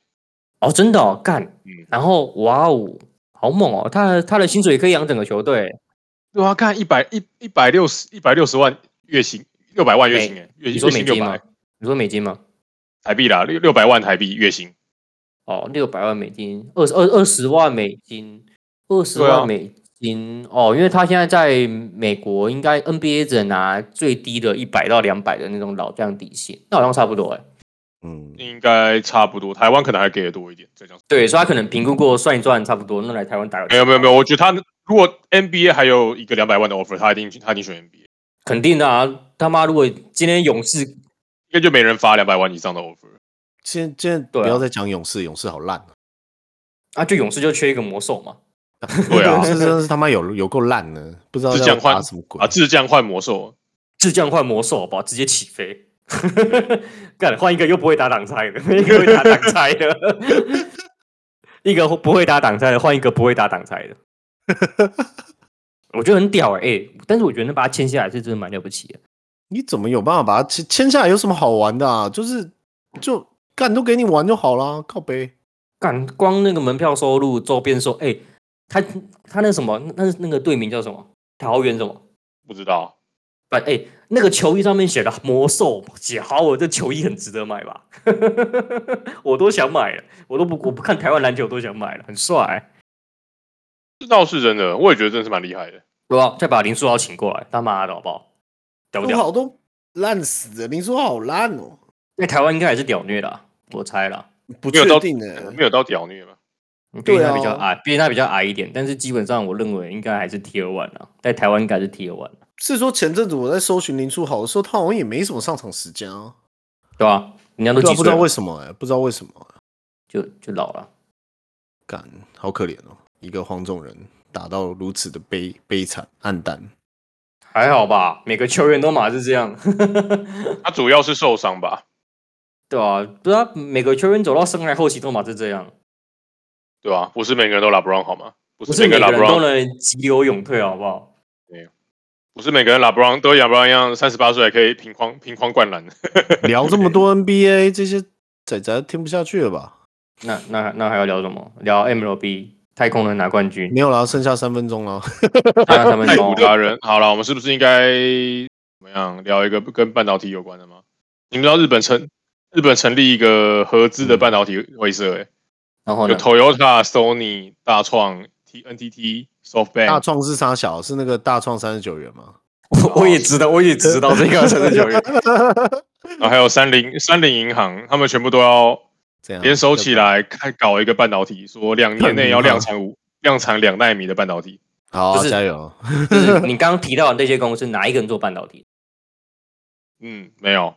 Speaker 1: 哦，真的哦，干，
Speaker 2: 嗯
Speaker 1: 然后哇哦，好猛哦！他他的薪水可以养整个球队，
Speaker 2: 对啊，看一百一一百六十一百六十万月薪，六百万月薪哎，月
Speaker 1: 你
Speaker 2: 月
Speaker 1: 说美
Speaker 2: 薪六
Speaker 1: 金吗
Speaker 2: 百？
Speaker 1: 你说美金吗？
Speaker 2: 台币啦，六六百万台币月薪，
Speaker 1: 哦，六百万美金，二十二二十万美金，二十
Speaker 2: 对啊
Speaker 1: 万美金，薪哦，因为他现在在美国，应该 NBA 只能拿最低的一百到两百的那种老将底薪，那好像差不多哎、
Speaker 3: 嗯，
Speaker 2: 应该差不多。台湾可能还给的多一点，再讲。
Speaker 1: 对，所以他可能评估过，算一算差不多，那来台湾打
Speaker 2: 没有没有没有，我觉得他如果 NBA 还有一个两百万的 offer，他一定他一定选 NBA，
Speaker 1: 肯定的啊！他妈，如果今天勇士
Speaker 2: 应该就没人发两百万以上的 offer。
Speaker 3: 现现在
Speaker 1: 对啊
Speaker 3: 不要再讲勇士，勇士好烂啊、
Speaker 1: 啊，就勇士就缺一个魔兽嘛，
Speaker 2: 对 啊
Speaker 3: 勇士真的是他妈有有够烂的，不知道
Speaker 2: 是
Speaker 3: 要
Speaker 2: 讲换
Speaker 3: 打什么鬼
Speaker 2: 啊，智将换魔兽，
Speaker 1: 智将换魔兽，好不好？直接起飞。 干，换一个又不会打挡拆的，一个会打挡拆的， 一个不会打挡拆的，换一个不会打挡拆的。我觉得很屌哎、欸但是我觉得能把它签下来是真的蛮了不起的。
Speaker 3: 你怎么有办法把它签签下来？有什么好玩的啊？就是就干都给你玩就好啦，靠背。
Speaker 1: 干，光那个门票收入、周边收，哎、他他那什么，那那个队名叫什么？桃园什么？
Speaker 2: 不知道。
Speaker 1: 不，哎、那个球衣上面写的魔兽，写好我这球衣很值得买吧？ 我都想买了，我都不我不看台湾篮球，我都想买了，很帅、
Speaker 2: 这倒是真的，我也觉得真的是蛮厉害的。
Speaker 1: 对吧？再把林书豪请过来，他妈的好不好？屌不
Speaker 3: 说
Speaker 1: 屌？
Speaker 3: 好都烂死了，林书豪好烂哦，
Speaker 1: 那台湾应该还是屌虐的啊、我猜啦。
Speaker 3: 不
Speaker 2: 没有
Speaker 3: 确
Speaker 2: 到
Speaker 3: 定的。
Speaker 2: 没有到屌虐嘛？
Speaker 1: 毕竟
Speaker 3: 对
Speaker 1: 他
Speaker 3: 啊
Speaker 1: 比较矮，毕竟他比较矮一点，但是基本上我认为应该还是 T 二 one 啊，在台湾应该是 T 二 one，
Speaker 3: 是说前阵子我在搜寻林书豪的时候，他好像也没什么上场时间啊，
Speaker 1: 对吧、呃人家都
Speaker 3: 对啊
Speaker 1: 几
Speaker 3: 不
Speaker 1: 岁
Speaker 3: 知道
Speaker 1: 了，
Speaker 3: 为什么哎、不知道为什么欸
Speaker 1: 就就老了。
Speaker 3: 干，好可怜哦，一个黄种人打到如此的悲悲惨暗淡。
Speaker 1: 还好吧，每个球员都嘛是这样，
Speaker 2: 他主要是受伤吧，
Speaker 1: 对啊？对啊，每个球员走到生涯后期都嘛是这样，
Speaker 2: 对吧、不是每个人都拉布朗好吗？不
Speaker 1: 不
Speaker 2: 是
Speaker 1: 是
Speaker 2: 每
Speaker 1: 每
Speaker 2: 个
Speaker 1: 个
Speaker 2: 拉布
Speaker 1: 人都
Speaker 2: 朗，
Speaker 1: 能急流勇退，好不好？
Speaker 2: 不是每个人拉布朗都亚布朗一样，三十八岁还可以平框平框灌篮。
Speaker 3: 聊这么多 NBA 这些仔仔听不下去了吧？
Speaker 1: 那那那还要聊什么？聊 MLB 太空人拿冠 军，
Speaker 3: 没有啦，剩下三分钟了。
Speaker 1: 那他们
Speaker 2: 太 古
Speaker 1: 哦
Speaker 2: 达人，好了，我们是不是应该怎么样聊一个跟半导体有关的吗？你们知道日本成日本成立一个合资
Speaker 1: 嗯
Speaker 2: 的半导体会社、欸，
Speaker 1: 然后
Speaker 2: 有
Speaker 1: 呢？
Speaker 2: Toyota、Sony、大创、T NTT、
Speaker 3: 大
Speaker 2: SoftBank，
Speaker 3: 创是啥小？是那个大创三十九元吗？
Speaker 1: 我我也知道，我也知道这个三十九元。
Speaker 2: 然后还有三菱三菱银行，他们全部都要
Speaker 3: 这样
Speaker 2: 联手起。来开搞一个半导体，说两年内要量产五量产两纳米的半导体。
Speaker 3: 好，
Speaker 1: 不是
Speaker 3: 加油！
Speaker 1: 就是你刚刚提到的那些公司，哪一个人做半导体？
Speaker 2: 嗯，没有，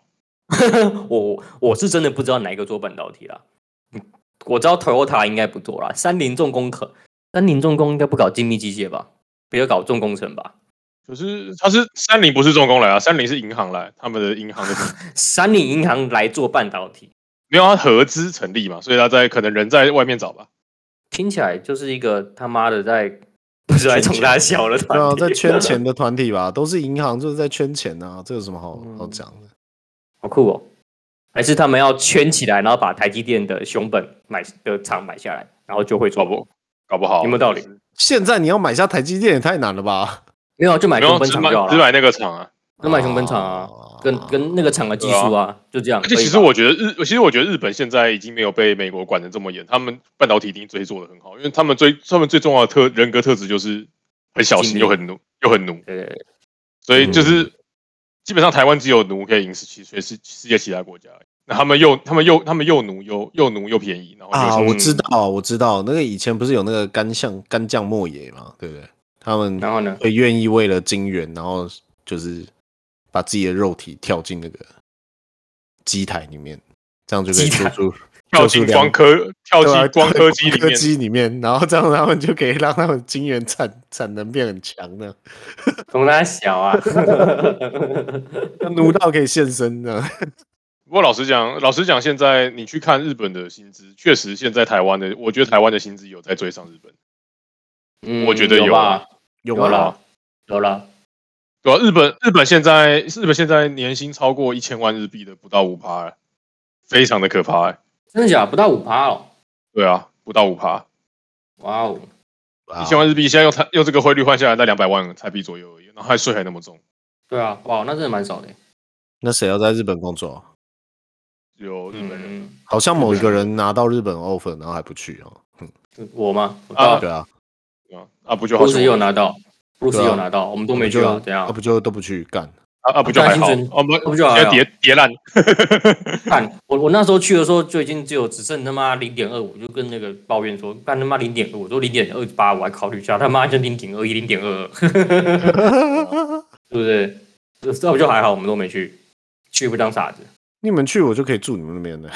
Speaker 1: 我我是真的不知道哪一个做半导体啦。我知道 Toyota 应该不做啦，三菱重工可，三菱重工应该不搞精密机械吧，比较搞重工程吧。
Speaker 2: 可是它是三菱不是重工来啊，三菱是银行来，他们的银行的
Speaker 1: 三菱银行来做半导体，
Speaker 2: 没有它合资成立嘛，所以他在可能人在外面找吧。
Speaker 1: 听起来就是一个他妈的在不是在冲大小的
Speaker 3: 对啊，
Speaker 1: 团
Speaker 3: 在
Speaker 1: 体，
Speaker 3: 圈钱的团体吧，都 是银行，就是在圈钱啊，这有什么好好讲的？
Speaker 1: 好酷哦！还是他们要圈起来，然后把台积电的熊本买的厂买下来，然后就会做
Speaker 2: 搞哦不搞不好
Speaker 1: 有没有道理？
Speaker 3: 现在你要买下台积电也太难了吧？
Speaker 1: 没有啊就买
Speaker 2: 没
Speaker 1: 熊
Speaker 2: 有
Speaker 1: 本
Speaker 2: 只
Speaker 1: 厂
Speaker 2: 买
Speaker 1: 就好
Speaker 2: 只
Speaker 1: 了，嗯
Speaker 2: 买那个厂啊。
Speaker 1: 就买熊本厂啊，
Speaker 3: 哦
Speaker 1: 跟跟那个厂的技术啊，就这样。
Speaker 2: 而且
Speaker 1: 可以
Speaker 2: 其实
Speaker 1: 吧
Speaker 2: 我觉得日，其实我觉得日本现在已经没有被美国管得这么严，他们半导体一定追做的很好，因为他们最他们最重要的特人格特质就是很小
Speaker 1: 尽
Speaker 2: 心
Speaker 1: 力
Speaker 2: 又很努又很努，
Speaker 1: 对对对
Speaker 2: 所
Speaker 3: 嗯
Speaker 2: 以就是、基本上台湾只有奴可以赢世其全世世界其他国家而已。那他们又他们又他们又奴又又奴又便宜，然后又
Speaker 3: 啊，
Speaker 2: 是嗯
Speaker 3: 我知道，我知道，那个以前不是有那个干将干将莫邪嘛，对不对？他们
Speaker 1: 然后呢？
Speaker 3: 会愿意为了金元，然后就是把自己的肉体跳进那个机台里面，这样就可以
Speaker 1: 机台
Speaker 3: 做出
Speaker 2: 跳进光科跳
Speaker 3: 对啊
Speaker 2: 进光科技里
Speaker 3: 光
Speaker 2: 面
Speaker 3: 科，技里面，然后这样他们就可以让他们晶圆产产能变很强的，
Speaker 1: 从他小 啊，
Speaker 3: 奴到可以现身 的。
Speaker 2: 不过老实讲，老实讲，现在你去看日本的薪资，确实现在台湾的，我觉得台湾的薪资有在追上日本。
Speaker 1: 嗯
Speaker 2: 我觉得有
Speaker 1: 有
Speaker 2: 啊
Speaker 1: 吧，
Speaker 3: 有
Speaker 1: 有
Speaker 3: 啊，
Speaker 1: 啦，有啦。
Speaker 2: 对啊，日本日本现在日本现在年薪超过一千万日币的不到五趴、欸，非常的可怕、欸。
Speaker 1: 真的假的？不到五趴哦，
Speaker 2: 对啊，不到五趴，
Speaker 1: 哇哦！
Speaker 3: 哇
Speaker 2: 一千万日币现在用它用这个汇率换下来，在两百万台币左右而已，然后还税还那么重，
Speaker 1: 对啊，哇，那真的蛮少的。
Speaker 3: 那谁要在日本工作？
Speaker 2: 有日本人、
Speaker 1: 嗯，
Speaker 3: 好像某一个人拿到日本 offer，然后还不去哦。
Speaker 1: 嗯我吗？我
Speaker 2: 啊
Speaker 1: 到
Speaker 3: 对啊，
Speaker 2: 对啊，啊不就
Speaker 1: 布
Speaker 2: 好
Speaker 1: 鲁斯也有
Speaker 2: 啊
Speaker 1: 拿到，布鲁斯也
Speaker 3: 对啊
Speaker 1: 有拿到，我们都没去
Speaker 3: 就
Speaker 1: 啊，怎样
Speaker 3: 啊？不就都不去干？
Speaker 2: 啊不就还
Speaker 1: 不
Speaker 2: 好，
Speaker 1: 然薪水
Speaker 2: 啊不
Speaker 1: 不就还好
Speaker 2: 现在叠叠烂，
Speaker 1: 看我我那时候去的时候就已经只有只剩他妈零点二五，就跟那个抱怨说，干他妈零点二，我都零点二八，我还考虑一下，他妈就零点二一、零点二， 对不对？这这不就还好，我们都没去，去不当傻子，
Speaker 3: 你们去我就可以住你们那边的，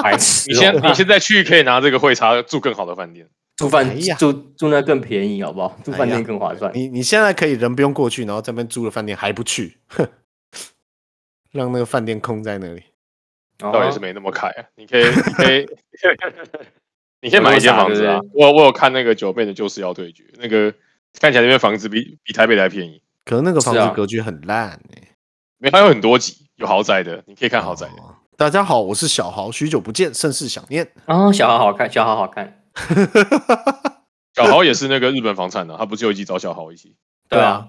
Speaker 1: 白痴
Speaker 2: 你
Speaker 1: 哦、
Speaker 2: 现你现在去可以拿这个汇差住更好的饭店，
Speaker 1: 住
Speaker 3: 哎
Speaker 1: 饭
Speaker 3: 呀
Speaker 1: 住住那更便宜，好不好？住饭
Speaker 3: 哎
Speaker 1: 店
Speaker 3: 呀
Speaker 1: 更划算。
Speaker 3: 你你现在可以人不用过去，然后这边租了饭店还不去，哼，让那个饭店空在那里。
Speaker 1: 然后
Speaker 2: 倒也是没那么开啊，你可以你 可以你可以买一间房子啊
Speaker 1: 对，
Speaker 2: 我我有看那个九妹的旧事要对决，那个看起来那边房子比比台北的还便宜，
Speaker 3: 可是那个房
Speaker 1: 是啊
Speaker 3: 子格局很烂哎、
Speaker 2: 没它有很多级，有豪宅的，你可以看豪宅的，
Speaker 3: 哦大家好，我是小豪，许久不见，甚是想念。
Speaker 1: 啊，小豪好看，小豪好看，
Speaker 2: 小豪也是那个日本房产的、啊，他不是有一集找小豪一起，
Speaker 1: 对
Speaker 3: 对
Speaker 1: 啊
Speaker 3: 啊。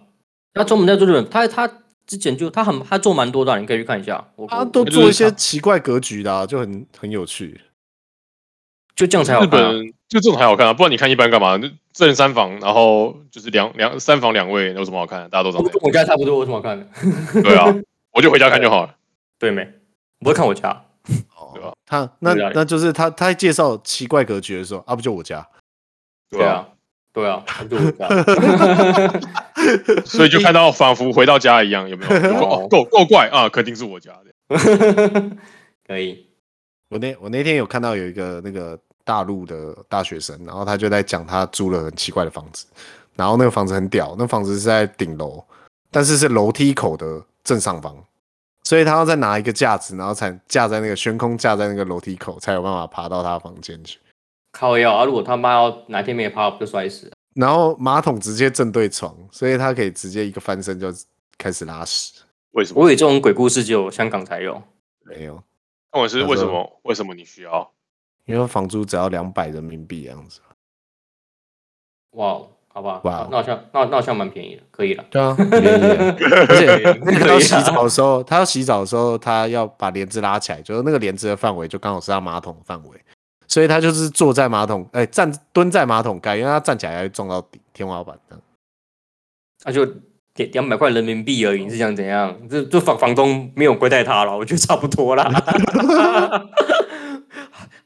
Speaker 1: 他专门在做日本，他他之前就他很他做蛮多的啊，你可以去看一下。我
Speaker 3: 他
Speaker 1: 我
Speaker 3: 都
Speaker 1: 我
Speaker 3: 做一些
Speaker 1: 就
Speaker 3: 奇怪格局的、啊，就很很有趣。
Speaker 1: 就这样才好
Speaker 2: 日
Speaker 1: 看啊、
Speaker 2: 本就这种还好看啊，不然你看一般干嘛？就正三房，然后就是两两三房两卫，有什么好看的？大家都长这
Speaker 1: 跟我家差不多，有什么好看的？
Speaker 2: 样， 对啊，我就回家看就好了。
Speaker 1: 对没？我不会看我家，
Speaker 2: 对啊
Speaker 3: 哦，他那
Speaker 1: 对啊
Speaker 3: 那就是他他在介绍奇怪格局的时候，啊，不就我家？
Speaker 1: 对
Speaker 2: 啊，
Speaker 1: 啊，对啊，我就我家。
Speaker 2: 啊所以就看到仿佛回到家一样，有没有？
Speaker 1: 哦
Speaker 2: 够够够怪啊，肯定是我家的。
Speaker 1: 可以，
Speaker 3: 我那我那天有看到有一个那个大陆的大学生，然后他就在讲他租了很奇怪的房子，然后那个房子很屌，那房子是在顶楼，但是是楼梯口的正上方，所以他要再拿一个架子，然后才架在那个悬空架在那个楼梯口，才有办法爬到他的房间去。
Speaker 1: 靠腰啊！如果他妈要哪天没爬，我不就摔死了？
Speaker 3: 然后马桶直接正对床，所以他可以直接一个翻身就开始拉屎。
Speaker 2: 为什么？
Speaker 1: 我以为这种鬼故事只有香港才有，
Speaker 3: 没有，
Speaker 2: 那我是为什
Speaker 3: 他
Speaker 2: 么？为什么你需要？
Speaker 3: 因为房租只要两百人民币这样子。
Speaker 1: 哇哦，好吧，
Speaker 3: 哇哦
Speaker 1: 那好像那那好像蛮便宜的，可 以了。
Speaker 3: 对啊，很便宜啊。而且
Speaker 1: 可以
Speaker 3: 那个要洗
Speaker 1: 啊
Speaker 3: 澡的时候，他要洗澡的时候，他要把帘子拉起来，就是那个帘子的范围就刚好是他马桶的范围，所以他就是坐在马桶，哎、站蹲在马桶盖，因为他站起来会撞到底天花板这样。
Speaker 1: 那就两两百块人民币而已，你是想怎样？这这房房东没有亏待他了，我觉得差不多啦。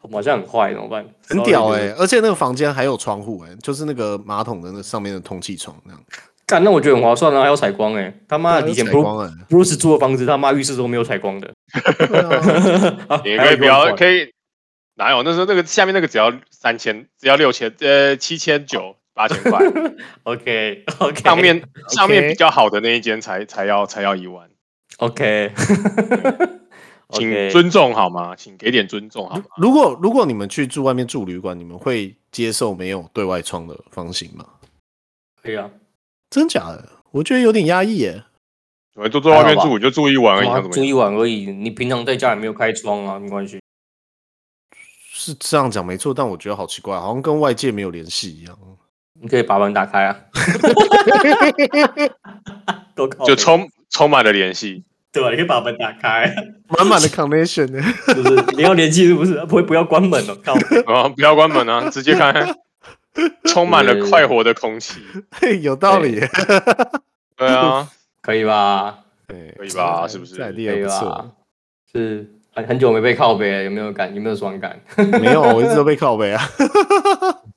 Speaker 1: 我们好像很坏，怎么办？
Speaker 3: 很屌哎、
Speaker 1: Sorry，
Speaker 3: 而且那个房间还有窗户哎、就是那个马桶的那上面的通气窗那样。
Speaker 1: 干，那我觉得很划算啊，还有采光哎、他妈
Speaker 3: 对啊
Speaker 1: 以前
Speaker 3: 采
Speaker 1: Bruce
Speaker 3: 光哎
Speaker 1: Bruce 住的房子，他妈浴室都没有采光的。啊
Speaker 2: 你
Speaker 1: 还有一
Speaker 2: 可以
Speaker 1: 个
Speaker 2: 不要
Speaker 1: 问
Speaker 2: 可以？哪有？那时候那个下面那个只要三千，只要六千，呃，七千九。八千 块，
Speaker 1: OK OK
Speaker 2: 上面上面比较好的那一间才才要才要一万，
Speaker 1: OK，
Speaker 2: 请尊重好吗？请给点尊重好
Speaker 1: 嗯
Speaker 2: 吗？
Speaker 3: 如果如果你们去住外面住旅馆，你们会接受没有对外窗的房型吗？
Speaker 1: 可以啊，
Speaker 3: 真假的？我觉得有点压抑欸耶、
Speaker 2: 我就坐外面
Speaker 1: 还好吧
Speaker 2: 啊住，你就住一晚而已，
Speaker 1: 哇
Speaker 2: 想怎么
Speaker 1: 住
Speaker 2: 样？
Speaker 1: 一晚而已。你平常在家也没有开窗啊，没关系。
Speaker 3: 是这样讲没错，但我觉得好奇怪，好像跟外界没有联系一样。
Speaker 1: 你可以把门打开啊，都靠北
Speaker 2: 就充充满了联系，
Speaker 1: 对吧？啊你可以把门打开，
Speaker 3: 满满的 connection 呢？
Speaker 1: 就是你要联系是不是？不会不要关门哦，靠北。
Speaker 2: 啊，不要关门啊，直接 看，充满了快活的空气。
Speaker 3: 嘿有道理耶，
Speaker 2: 对啊，
Speaker 1: 可以吧？
Speaker 3: 哎
Speaker 2: 可以吧是不是
Speaker 3: 这 idea
Speaker 1: 可以
Speaker 3: 不
Speaker 1: 吧
Speaker 3: 错。？啊
Speaker 1: 是很很久没被靠北了，有没有感？有没有爽感？
Speaker 3: 没有，我一直都被靠背啊。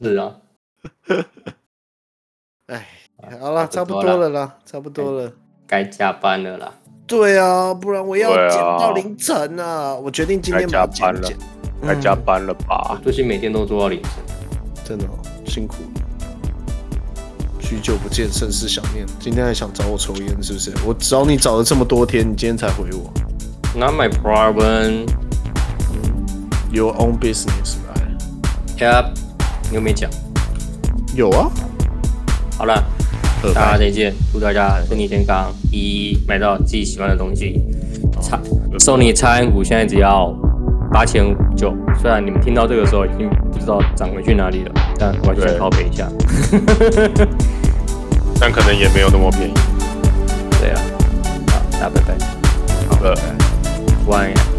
Speaker 1: 是啊，
Speaker 3: 哎， 好了，
Speaker 1: 差
Speaker 3: 差
Speaker 1: 不
Speaker 3: 不
Speaker 1: 多
Speaker 3: 多
Speaker 1: 啦
Speaker 3: 了啦，差不多
Speaker 2: 哎
Speaker 3: 了。
Speaker 1: 该加班了啦。
Speaker 3: 对啊，不然我要
Speaker 2: 对啊
Speaker 3: 剪到凌晨啊！我决定今天把它
Speaker 2: 该加班
Speaker 3: 剪
Speaker 2: 了
Speaker 3: 剪。嗯
Speaker 2: 该加班了吧？
Speaker 1: 啊最近每天都做到凌晨。
Speaker 3: 真的哦辛苦了。许久不见，甚是想念。今天还想找我抽烟，是不是？我找你找了这么多天，你今天才回我。
Speaker 1: Not my problem.
Speaker 3: Your own business, right？
Speaker 1: Yep，你又没讲。
Speaker 3: 有啊，
Speaker 1: 好了，
Speaker 3: 二
Speaker 1: 大
Speaker 3: 百
Speaker 1: 家再见，祝大家身体健康，一买到自己喜欢的东西。餐送你餐饮股现在只要八千五九，虽然你们听到这个时候已经不知道涨回去哪里了，但我还是想
Speaker 2: 对
Speaker 1: 靠北一下。
Speaker 2: 但可能也没有那么便宜。
Speaker 1: 对啊，好，大家拜拜，
Speaker 2: 好了。
Speaker 1: 晚安。